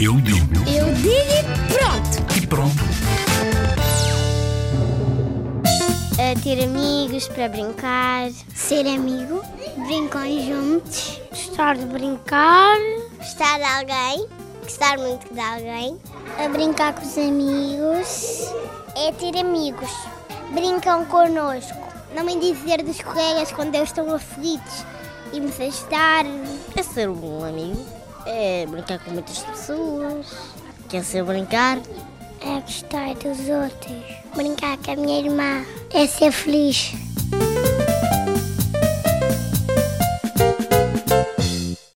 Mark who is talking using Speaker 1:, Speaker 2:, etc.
Speaker 1: Eu digo.
Speaker 2: Eu digo e pronto!
Speaker 1: E pronto.
Speaker 2: A ter amigos para brincar. Ser amigo. Brincar juntos. Gostar de brincar. Gostar de alguém. Gostar muito de alguém. A brincar com os amigos. É ter amigos. Brincam connosco. Não me dizer dos colegas quando eles estão aflitos e me ajudar.
Speaker 3: É ser um bom amigo, é brincar com muitas pessoas, quer ser brincar.
Speaker 2: É gostar dos outros. Brincar com a minha irmã. É ser feliz.